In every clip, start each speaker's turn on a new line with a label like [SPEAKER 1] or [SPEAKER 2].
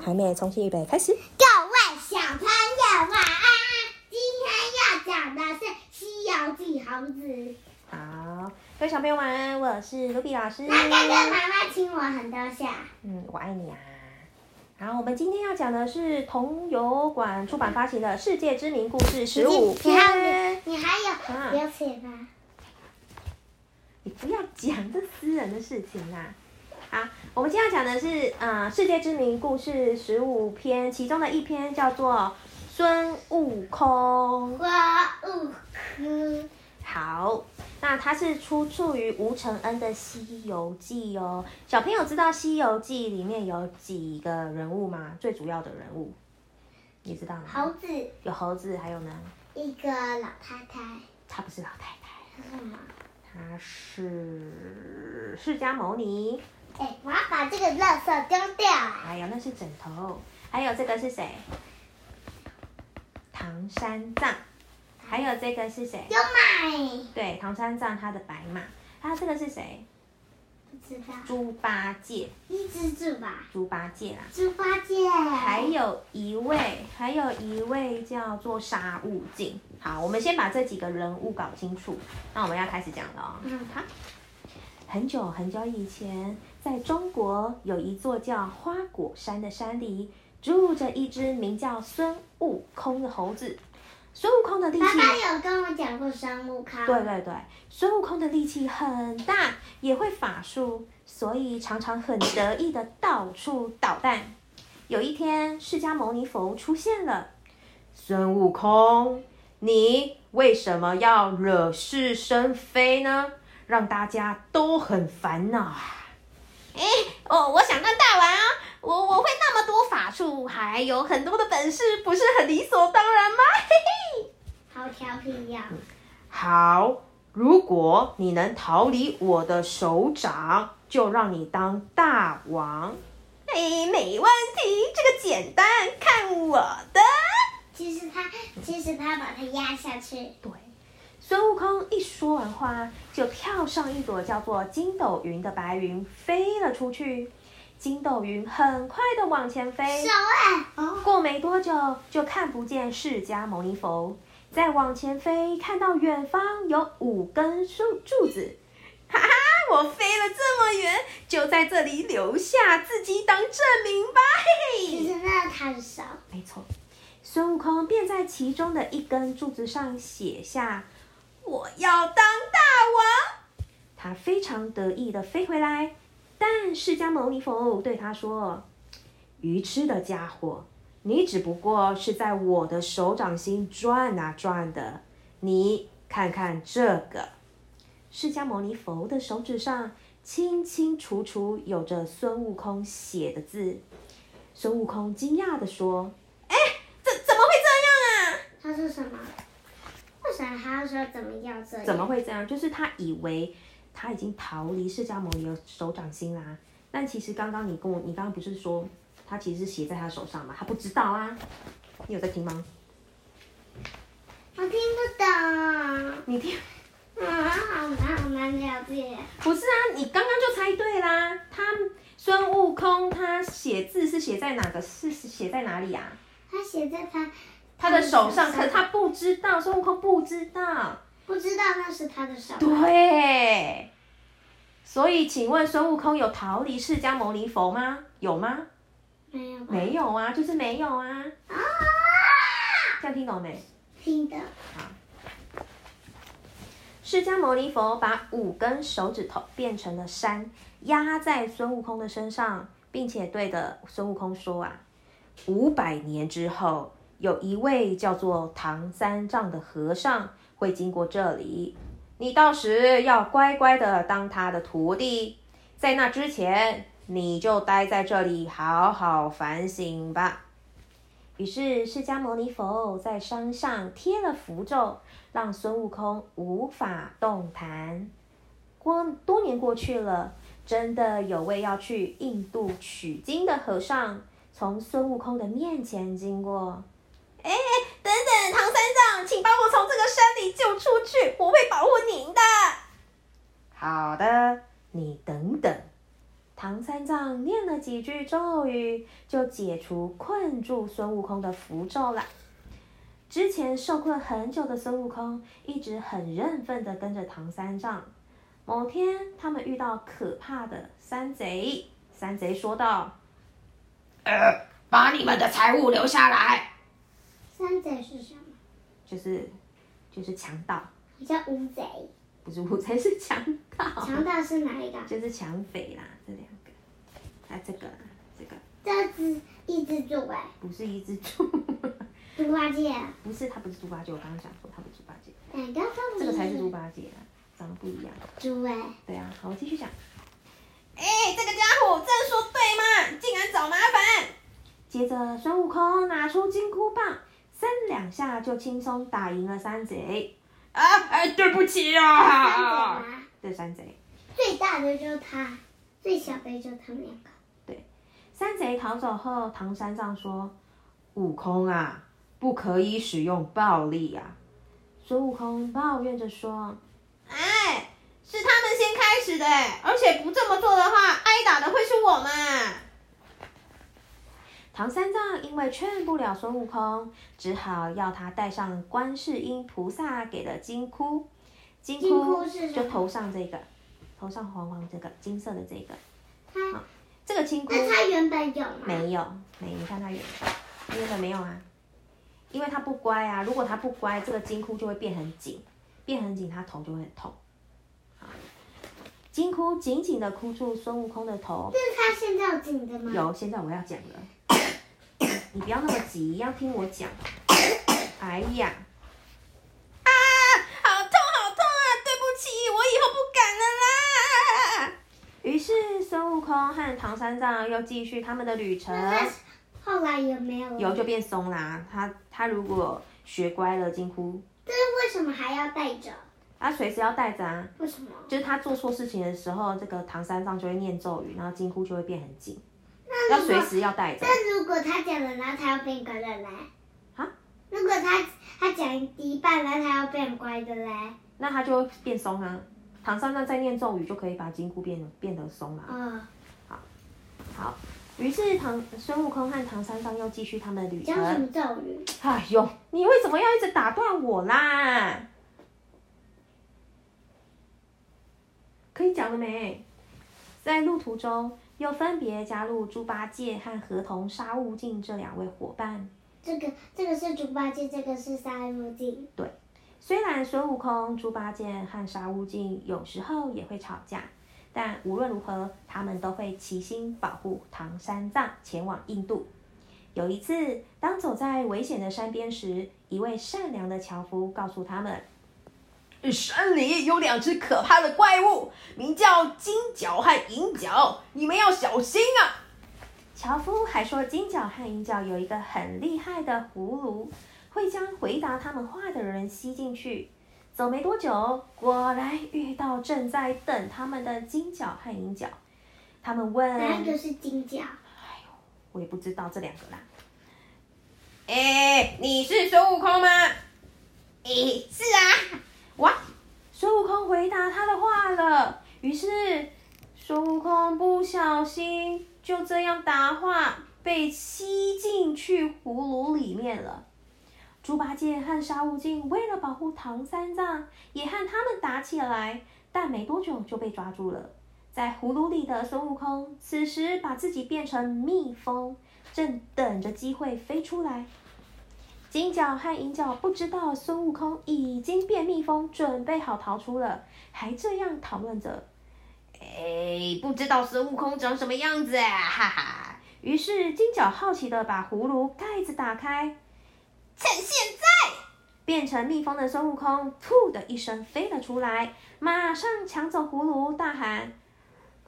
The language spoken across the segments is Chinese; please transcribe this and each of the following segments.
[SPEAKER 1] 还没重新预备开始。
[SPEAKER 2] 各位小朋友晚安！今天要讲的是《西游记》猴子。
[SPEAKER 1] 好，各位小朋友晚安，我是卢比老师。
[SPEAKER 2] 那哥哥妈妈亲我很多下。
[SPEAKER 1] 嗯，我爱你啊。好，我们今天要讲的是童游馆出版发行的《世界知名故事十五篇
[SPEAKER 2] 你》。还有你还
[SPEAKER 1] 啊
[SPEAKER 2] 有流水吧？
[SPEAKER 1] 你不要讲这私人的事情啦。好，我们今天要讲的是呃世界知名故事十五篇，其中的一篇叫做《孙悟空》。
[SPEAKER 2] 我悟空，
[SPEAKER 1] 好，那它是出处于吴承恩的《西游记》哦。小朋友知道《西游记》里面有几个人物吗？最主要的人物，你知道吗？
[SPEAKER 2] 猴子
[SPEAKER 1] 有猴子，还有呢？
[SPEAKER 2] 一个老太太，
[SPEAKER 1] 她不是老太太，
[SPEAKER 2] 是什么？
[SPEAKER 1] 她是释迦牟尼。
[SPEAKER 2] 哎，我要把这个垃圾丢掉。
[SPEAKER 1] 哎呀，那是枕头。还有这个是谁？唐三藏。还有这个是谁？
[SPEAKER 2] 有买？
[SPEAKER 1] 对，唐三藏他的白马。还有这个是谁？
[SPEAKER 2] 不知道。
[SPEAKER 1] 猪八戒，
[SPEAKER 2] 一只猪吧，
[SPEAKER 1] 猪八戒啊啦。
[SPEAKER 2] 猪八戒。
[SPEAKER 1] 还有一位，还有一位叫做沙悟净。好，我们先把这几个人物搞清楚。那我们要开始讲了哦。
[SPEAKER 2] 嗯，好。
[SPEAKER 1] 很久很久以前，在中国有一座叫花果山的山里，住着一只名叫孙悟空的猴子。孙悟空的力
[SPEAKER 2] 爸
[SPEAKER 1] 气，
[SPEAKER 2] 爸有跟我讲过孙悟空。
[SPEAKER 1] 对对对，孙悟空的力气很大，也会法术，所以常常很得意的到处捣蛋。有一天，释迦牟尼佛出现了，孙悟空，你为什么要惹是生非呢？让大家都很烦恼啊！哎，哦，我想当大王啊！我我会那么多法术，还有很多的本事，不是很理所当然吗？嘿嘿。
[SPEAKER 2] 好调皮呀、
[SPEAKER 1] 好，如果你能逃离我的手掌，就让你当大王。哎，没问题，这个简单，看我的。
[SPEAKER 2] 其实他，其实他把它压下去。
[SPEAKER 1] 对，孙悟空一说完话，就跳上一朵叫做筋斗云的白云，飞了出去。筋斗云很快的往前飞，
[SPEAKER 2] 手哎、哦，
[SPEAKER 1] 过没多久就看不见释迦牟尼佛，再往前飞，看到远方有五根树柱子， 哈哈，我飞了这么远，就在这里留下自己当证明吧，嘿嘿。
[SPEAKER 2] 其实那太少。
[SPEAKER 1] 没错，孙悟空便在其中的一根柱子上写下“我要当大王”，他非常得意的飞回来，但释迦牟尼佛对他说。愚痴的家伙，你只不过是在我的手掌心转啊转的。你看看这个，释迦牟尼佛的手指上清清楚楚有着孙悟空写的字。孙悟空惊讶地说：“哎，怎怎么会这样啊？
[SPEAKER 2] 他说什么？为什么他要说怎么样这样？
[SPEAKER 1] 怎么会这样？就是他以为他已经逃离释迦牟尼的手掌心啦、但其实刚刚你跟我，你刚刚不是说他其实是写在他手上吗？他不知道啊。你有在听吗？
[SPEAKER 2] 我听不懂。
[SPEAKER 1] 你听，
[SPEAKER 2] 嗯，好难，好难了解。
[SPEAKER 1] 不是啊，你刚刚就猜对啦。他孙悟空他写字是写在哪个？是是写在哪里啊？
[SPEAKER 2] 他写在他
[SPEAKER 1] 他的手上，可是他不知道，孙悟空不知道。
[SPEAKER 2] 不知道那是他的手。啊
[SPEAKER 1] 对，所以请问孙悟空有逃离释迦牟尼佛吗？有吗？
[SPEAKER 2] 没有吧？
[SPEAKER 1] 没有啊，就是没有啊。
[SPEAKER 2] 啊！
[SPEAKER 1] 这样听懂没？
[SPEAKER 2] 听的。
[SPEAKER 1] 释迦牟尼佛把五根手指头变成了山，压在孙悟空的身上，并且对着孙悟空说：“啊，五百年之后，有一位叫做唐三藏的和尚会经过这里，你到时要乖乖的当他的徒弟。在那之前，你就待在这里，好好反省吧。”于是，释迦牟尼佛在山上贴了符咒，让孙悟空无法动弹。过多年过去了，真的有位要去印度取经的和尚从孙悟空的面前经过。哎，等等，唐三藏，请把我从这个山里救出去，我会保护您的。好的，你等等。唐三藏念了几句咒语，就解除困住孙悟空的符咒了。之前受困很久的孙悟空，一直很认份地跟着唐三藏。某天，他们遇到可怕的山贼。山贼说道
[SPEAKER 3] 呃，把你们的财物留下来。
[SPEAKER 2] 山贼是什么？：“
[SPEAKER 1] 就是，就是强盗，
[SPEAKER 2] 好像乌贼。
[SPEAKER 1] 不是我才是强盗。”
[SPEAKER 2] 强盗是哪一个？
[SPEAKER 1] 就是抢匪啦，这两个，啊，这个啦，这个
[SPEAKER 2] 这只一只猪哎，
[SPEAKER 1] 不是一只猪，
[SPEAKER 2] 猪八戒啊，
[SPEAKER 1] 不是，它不是猪八戒，我刚刚讲过它不是猪八戒，
[SPEAKER 2] 哪个放
[SPEAKER 1] 这个才是猪八戒啦，长得不一样。
[SPEAKER 2] 猪哎，
[SPEAKER 1] 对啊，好，我继续讲。哎、这个家伙，正说对嘛，竟然找麻烦。接着，孙悟空拿出金箍棒，三两下就轻松打赢了山贼。
[SPEAKER 3] 啊，哎，对不起
[SPEAKER 2] 三只
[SPEAKER 3] 啊！
[SPEAKER 2] 嘛，
[SPEAKER 1] 这山贼，
[SPEAKER 2] 最大的就是它，最小的就是他们两个。
[SPEAKER 1] 山贼逃走后，唐三藏说：“悟空啊，不可以使用暴力啊！”孙悟空抱怨着说：“
[SPEAKER 3] 哎，是他们先开始的，而且不这么做的话，挨打的会是我们。
[SPEAKER 1] 唐三藏因为劝不了孙悟空，只好要他戴上观世音菩萨给的金箍。金
[SPEAKER 2] 金箍
[SPEAKER 1] 箍
[SPEAKER 2] 是什
[SPEAKER 1] 就
[SPEAKER 2] 么
[SPEAKER 1] 头上这个，头上黄黄这个金色的这个，
[SPEAKER 2] 它
[SPEAKER 1] 这个金箍
[SPEAKER 2] 那它原本有吗？
[SPEAKER 1] 没有，没你看它有，它原本没有啊，因为它不乖啊。如果它不乖，这个金箍就会变很紧，变很紧，它头就会很痛。好金箍紧紧的箍住孙悟空的头，
[SPEAKER 2] 那它现在有紧的吗？。
[SPEAKER 1] 有，啊现在我要讲了，你不要那么急，要听我讲。哎呀，
[SPEAKER 3] 啊，好痛好痛啊！对不起，我以后不敢了啦。
[SPEAKER 1] 于是孙悟空和唐三藏又继续他们的旅程，
[SPEAKER 2] 那它后来有没有？
[SPEAKER 1] 油就变松啦。他他如果学乖了金箍，
[SPEAKER 2] 但是为什么还要带着？
[SPEAKER 1] 他随时要带着啊。
[SPEAKER 2] 为什么？
[SPEAKER 1] 就是他做错事情的时候，这个唐三藏就会念咒语，然后金箍就会变很紧，
[SPEAKER 2] 那
[SPEAKER 1] 要
[SPEAKER 2] 如
[SPEAKER 1] 随
[SPEAKER 2] 果
[SPEAKER 1] 时要带着。
[SPEAKER 2] 那如果他讲了，然后他要变乖的嘞？
[SPEAKER 1] 啊？
[SPEAKER 2] 如果他他讲一半，然后他要变乖的嘞？
[SPEAKER 1] 那他就会变松啊。唐三藏在念咒语就可以把金箍变变得松了啊。
[SPEAKER 2] 哦，
[SPEAKER 1] 于是唐孙悟空和唐三藏又继续他们的旅
[SPEAKER 2] 讲什
[SPEAKER 1] 程。
[SPEAKER 2] 么咒语？
[SPEAKER 1] 哎呦，你为什么要一直打断我啦？可以讲了没？在路途中，又分别加入猪八戒和河童沙悟净这两位伙伴。
[SPEAKER 2] 这个这个是猪八戒，这个是沙悟净。
[SPEAKER 1] 虽然孙悟空、猪八戒和沙悟净有时候也会吵架，但无论如何，他们都会齐心保护唐三藏前往印度。有一次，当走在危险的山边时，一位善良的樵夫告诉他们，
[SPEAKER 3] 山里有两只可怕的怪物，名叫金角和银角，你们要小心啊！
[SPEAKER 1] 樵夫还说，金角和银角有一个很厉害的葫芦，会将回答他们话的人吸进去。走没多久，果然遇到正在等他们的金角和银角。他们问：“
[SPEAKER 2] 哪一个是金角？
[SPEAKER 1] 我也不知道这两个啦。
[SPEAKER 3] 哎，你是孙悟空吗？哎，是啊。
[SPEAKER 1] 哇！孙悟空回答他的话了。于是孙悟空不小心就这样答话，被吸进去葫芦里面了。猪八戒和沙悟净为了保护唐三藏，也和他们打起来，但没多久就被抓住了。在葫芦里的孙悟空，此时把自己变成蜜蜂，正等着机会飞出来。金角和银角不知道孙悟空已经变蜜蜂，准备好逃出了，还这样讨论着。
[SPEAKER 3] 哎，不知道孙悟空长什么样子啊，哈哈。
[SPEAKER 1] 于是金角好奇的把葫芦盖子打开，
[SPEAKER 3] 趁现在，
[SPEAKER 1] 变成蜜蜂的孙悟空“噗”的一声飞了出来，马上抢走葫芦，大喊。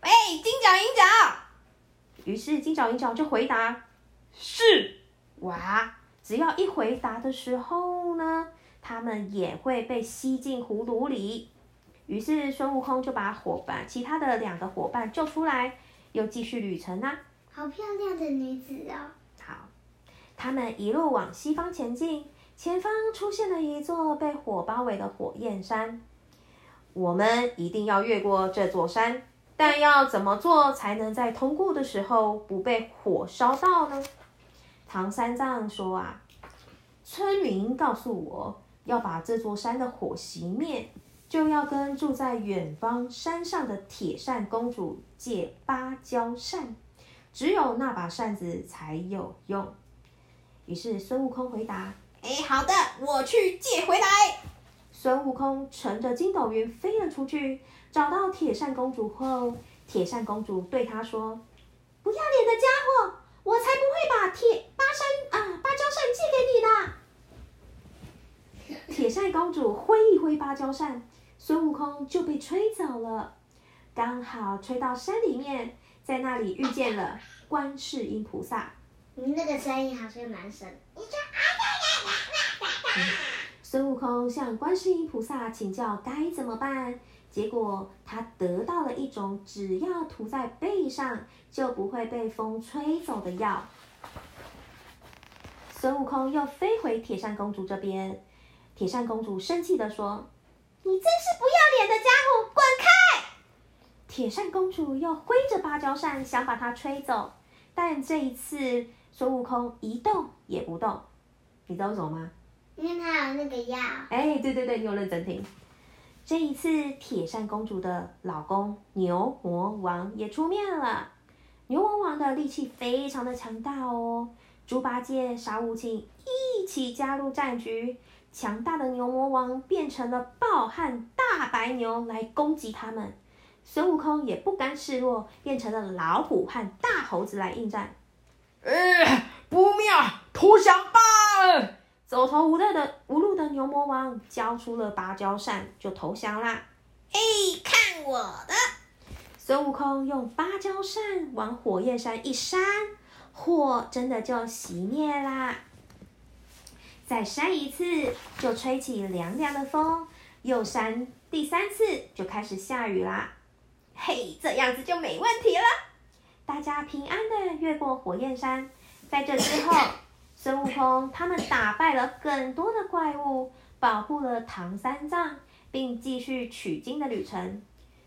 [SPEAKER 3] 哎，金角银角，
[SPEAKER 1] 于是金角银角就回答
[SPEAKER 3] 是：“
[SPEAKER 1] 哇！”只要一回答的时候呢，他们也会被吸进葫芦里。于是孙悟空就把伙伴其他的两个伙伴救出来，又继续旅程啦、啊
[SPEAKER 2] 好漂亮的女子哦！
[SPEAKER 1] 好，他们一路往西方前进，前方出现了一座被火包围的火焰山。我们一定要越过这座山，但要怎么做才能在通过的时候不被火烧到呢？唐三藏说啊，村民告诉我，要把这座山的火熄灭，就要跟住在远方山上的铁扇公主借芭蕉扇，只有那把扇子才有用。于是孙悟空回答，
[SPEAKER 3] 哎，好的，我去借回来。
[SPEAKER 1] 孙悟空乘着筋斗云飞了出去，找到铁扇公主后，铁扇公主对他说：“不要脸的家伙，我才不会把铁芭扇啊芭蕉扇借给你呢！”铁扇公主挥一挥芭蕉扇，孙悟空就被吹走了。刚好吹到山里面，在那里遇见了观世音菩萨。
[SPEAKER 2] 你那个声音好像男生。你说啊
[SPEAKER 1] 孙悟空向观世音菩萨请教该怎么办，结果他得到了一种只要涂在背上就不会被风吹走的药。孙悟空又飞回铁扇公主这边，铁扇公主生气地说：“你真是不要脸的家伙，滚开！”铁扇公主又挥着芭蕉扇想把它吹走，但这一次孙悟空一动也不动。你知道为什么吗？
[SPEAKER 2] 因为他有那个药，
[SPEAKER 1] 哎，对对对，你有认真听。这一次，铁扇公主的老公牛魔王也出面了。牛魔王的力气非常的强大哦，猪八戒、沙悟净一起加入战局，强大的牛魔王变成了暴汗大白牛来攻击他们。孙悟空也不甘示弱，变成了老虎和大猴子来应战。
[SPEAKER 3] 哎，不妙，投降吧！
[SPEAKER 1] 走投无路的无路的牛魔王交出了芭蕉扇，就投降啦。
[SPEAKER 2] 哎，看我的！
[SPEAKER 1] 孙悟空用芭蕉扇往火焰山一扇，火真的就熄灭啦。再扇一次，就吹起凉凉的风；又扇第三次，就开始下雨啦。
[SPEAKER 3] 嘿，这样子就没问题了。
[SPEAKER 1] 大家平安的越过火焰山。在这之 后，孙悟空他们打败了更多的怪物，保护了唐三藏，并继续取经的旅程。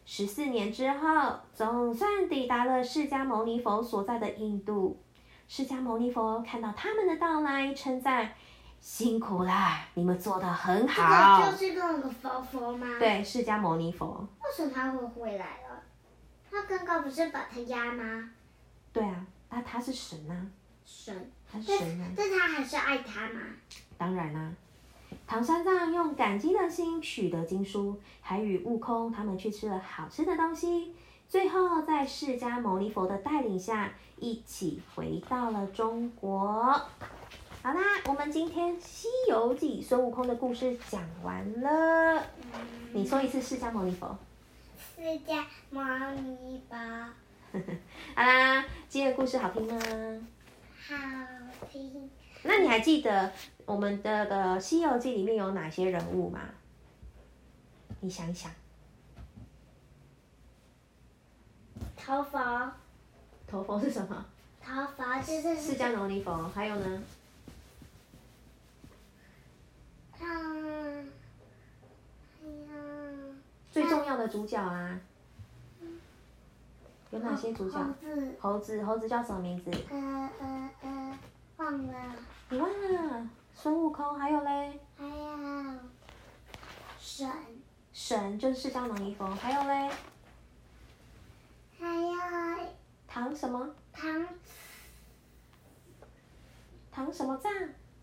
[SPEAKER 1] 十四年之后，总算抵达了释迦牟尼佛所在的印度。释迦牟尼佛看到他们的到来，称赞：“辛苦啦，你们做得很
[SPEAKER 2] 这
[SPEAKER 1] 好。
[SPEAKER 2] 个就是那个佛佛吗？。
[SPEAKER 1] 哦对，释迦牟尼佛。
[SPEAKER 2] 为什么他会回来了？他刚刚不是把他压吗？
[SPEAKER 1] 对啊，那他是神啊，
[SPEAKER 2] 神，
[SPEAKER 1] 他是
[SPEAKER 2] 但
[SPEAKER 1] 神啊。
[SPEAKER 2] 但他还是爱他嘛。
[SPEAKER 1] 当然啦、唐三藏用感激的心取得经书，还与悟空他们去吃了好吃的东西。最后，在释迦牟尼佛的带领下，一起回到了中国。好啦，我们今天《西游记》孙悟空的故事讲完了。你说一次释迦牟尼佛。
[SPEAKER 2] 释迦牟尼佛，
[SPEAKER 1] 好啦，今天的故事好听吗？
[SPEAKER 2] 好听。
[SPEAKER 1] 那你还记得我们的的《西游记》里面有哪些人物吗？你想一想。
[SPEAKER 2] 头佛，
[SPEAKER 1] 头佛是什 么？
[SPEAKER 2] 头佛就是
[SPEAKER 1] 释迦牟尼佛。还有呢？
[SPEAKER 2] 嗯，啊哎呀，
[SPEAKER 1] 最重要的主角啊，有哪些主角？
[SPEAKER 2] 哎猴子，
[SPEAKER 1] 猴子，猴子叫什么名字？
[SPEAKER 2] 呃呃呃，忘了。
[SPEAKER 1] 你忘了？孙悟空，还有嘞，
[SPEAKER 2] 还有神，
[SPEAKER 1] 神就是释迦牟尼佛，还有嘞，
[SPEAKER 2] 还有
[SPEAKER 1] 唐什么？
[SPEAKER 2] 唐
[SPEAKER 1] 唐什么藏？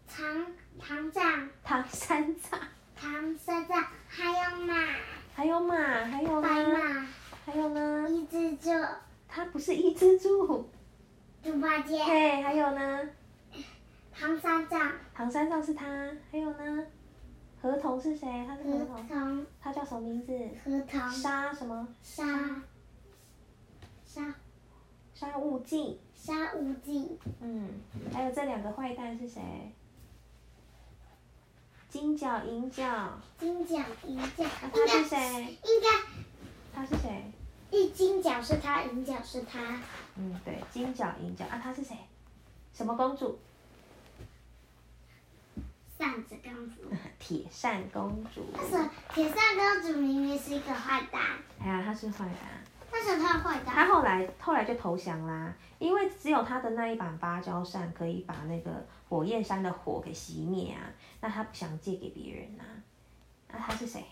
[SPEAKER 2] 唐唐藏、
[SPEAKER 1] 唐三藏，
[SPEAKER 2] 唐三藏，还有马，
[SPEAKER 1] 还有马，还有
[SPEAKER 2] 白
[SPEAKER 1] 呢，
[SPEAKER 2] 马，
[SPEAKER 1] 还有呢，
[SPEAKER 2] 一只猪，
[SPEAKER 1] 他不是一只猪，
[SPEAKER 2] 猪八戒，
[SPEAKER 1] 嘿，还有呢，
[SPEAKER 2] 唐三藏，
[SPEAKER 1] 唐三藏是他，还有呢，河童是谁？他是河
[SPEAKER 2] 河
[SPEAKER 1] 童，
[SPEAKER 2] 童，
[SPEAKER 1] 他叫什么名字？
[SPEAKER 2] 河童，
[SPEAKER 1] 沙什么？
[SPEAKER 2] 沙沙
[SPEAKER 1] 沙悟净，
[SPEAKER 2] 沙悟净，
[SPEAKER 1] 嗯，还有这两个坏蛋是谁？金角银角，
[SPEAKER 2] 金角银角，
[SPEAKER 1] 那
[SPEAKER 2] 应
[SPEAKER 1] 他是
[SPEAKER 2] 该
[SPEAKER 1] 谁？
[SPEAKER 2] 应该
[SPEAKER 1] 他是谁？
[SPEAKER 2] 一金角是他，银角是他，
[SPEAKER 1] 嗯，对，金角银角啊，他是谁？什么公主？
[SPEAKER 2] 扇子公主。
[SPEAKER 1] 铁扇公主。
[SPEAKER 2] 为什么铁扇公主明明是一个坏蛋？
[SPEAKER 1] 哎呀，她是坏蛋。
[SPEAKER 2] 她为什么他会的？
[SPEAKER 1] 他后来后来就投降啦，因为只有他的那一把芭蕉扇可以把那个火焰山的火给熄灭啊，那他不想借给别人啊，那他是谁？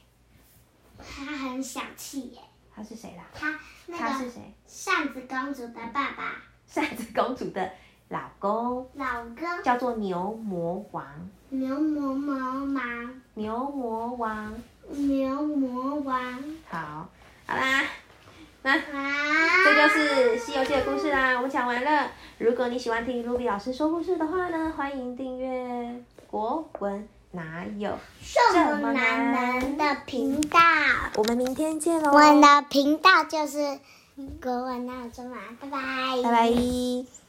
[SPEAKER 2] 他很小气耶。
[SPEAKER 1] 他是谁啦？
[SPEAKER 2] 他那
[SPEAKER 1] 他
[SPEAKER 2] 个
[SPEAKER 1] 是谁？
[SPEAKER 2] 扇子公主的爸爸，
[SPEAKER 1] 扇子公主的老公
[SPEAKER 2] 老公
[SPEAKER 1] 叫做牛魔王，
[SPEAKER 2] 牛魔魔王，
[SPEAKER 1] 牛魔王，
[SPEAKER 2] 牛魔王。
[SPEAKER 1] 好，好啦，那。
[SPEAKER 2] 啊，
[SPEAKER 1] 这就是《西游记》的故事啦，我们讲完了。如果你喜欢听 Ruby 老师说故事的话呢，欢迎订阅《国文哪有》，
[SPEAKER 2] 这么男人的频道。
[SPEAKER 1] 我们明天见喽，
[SPEAKER 2] 我啊们的频道就是国文闹钟嘛，拜拜，
[SPEAKER 1] 拜拜。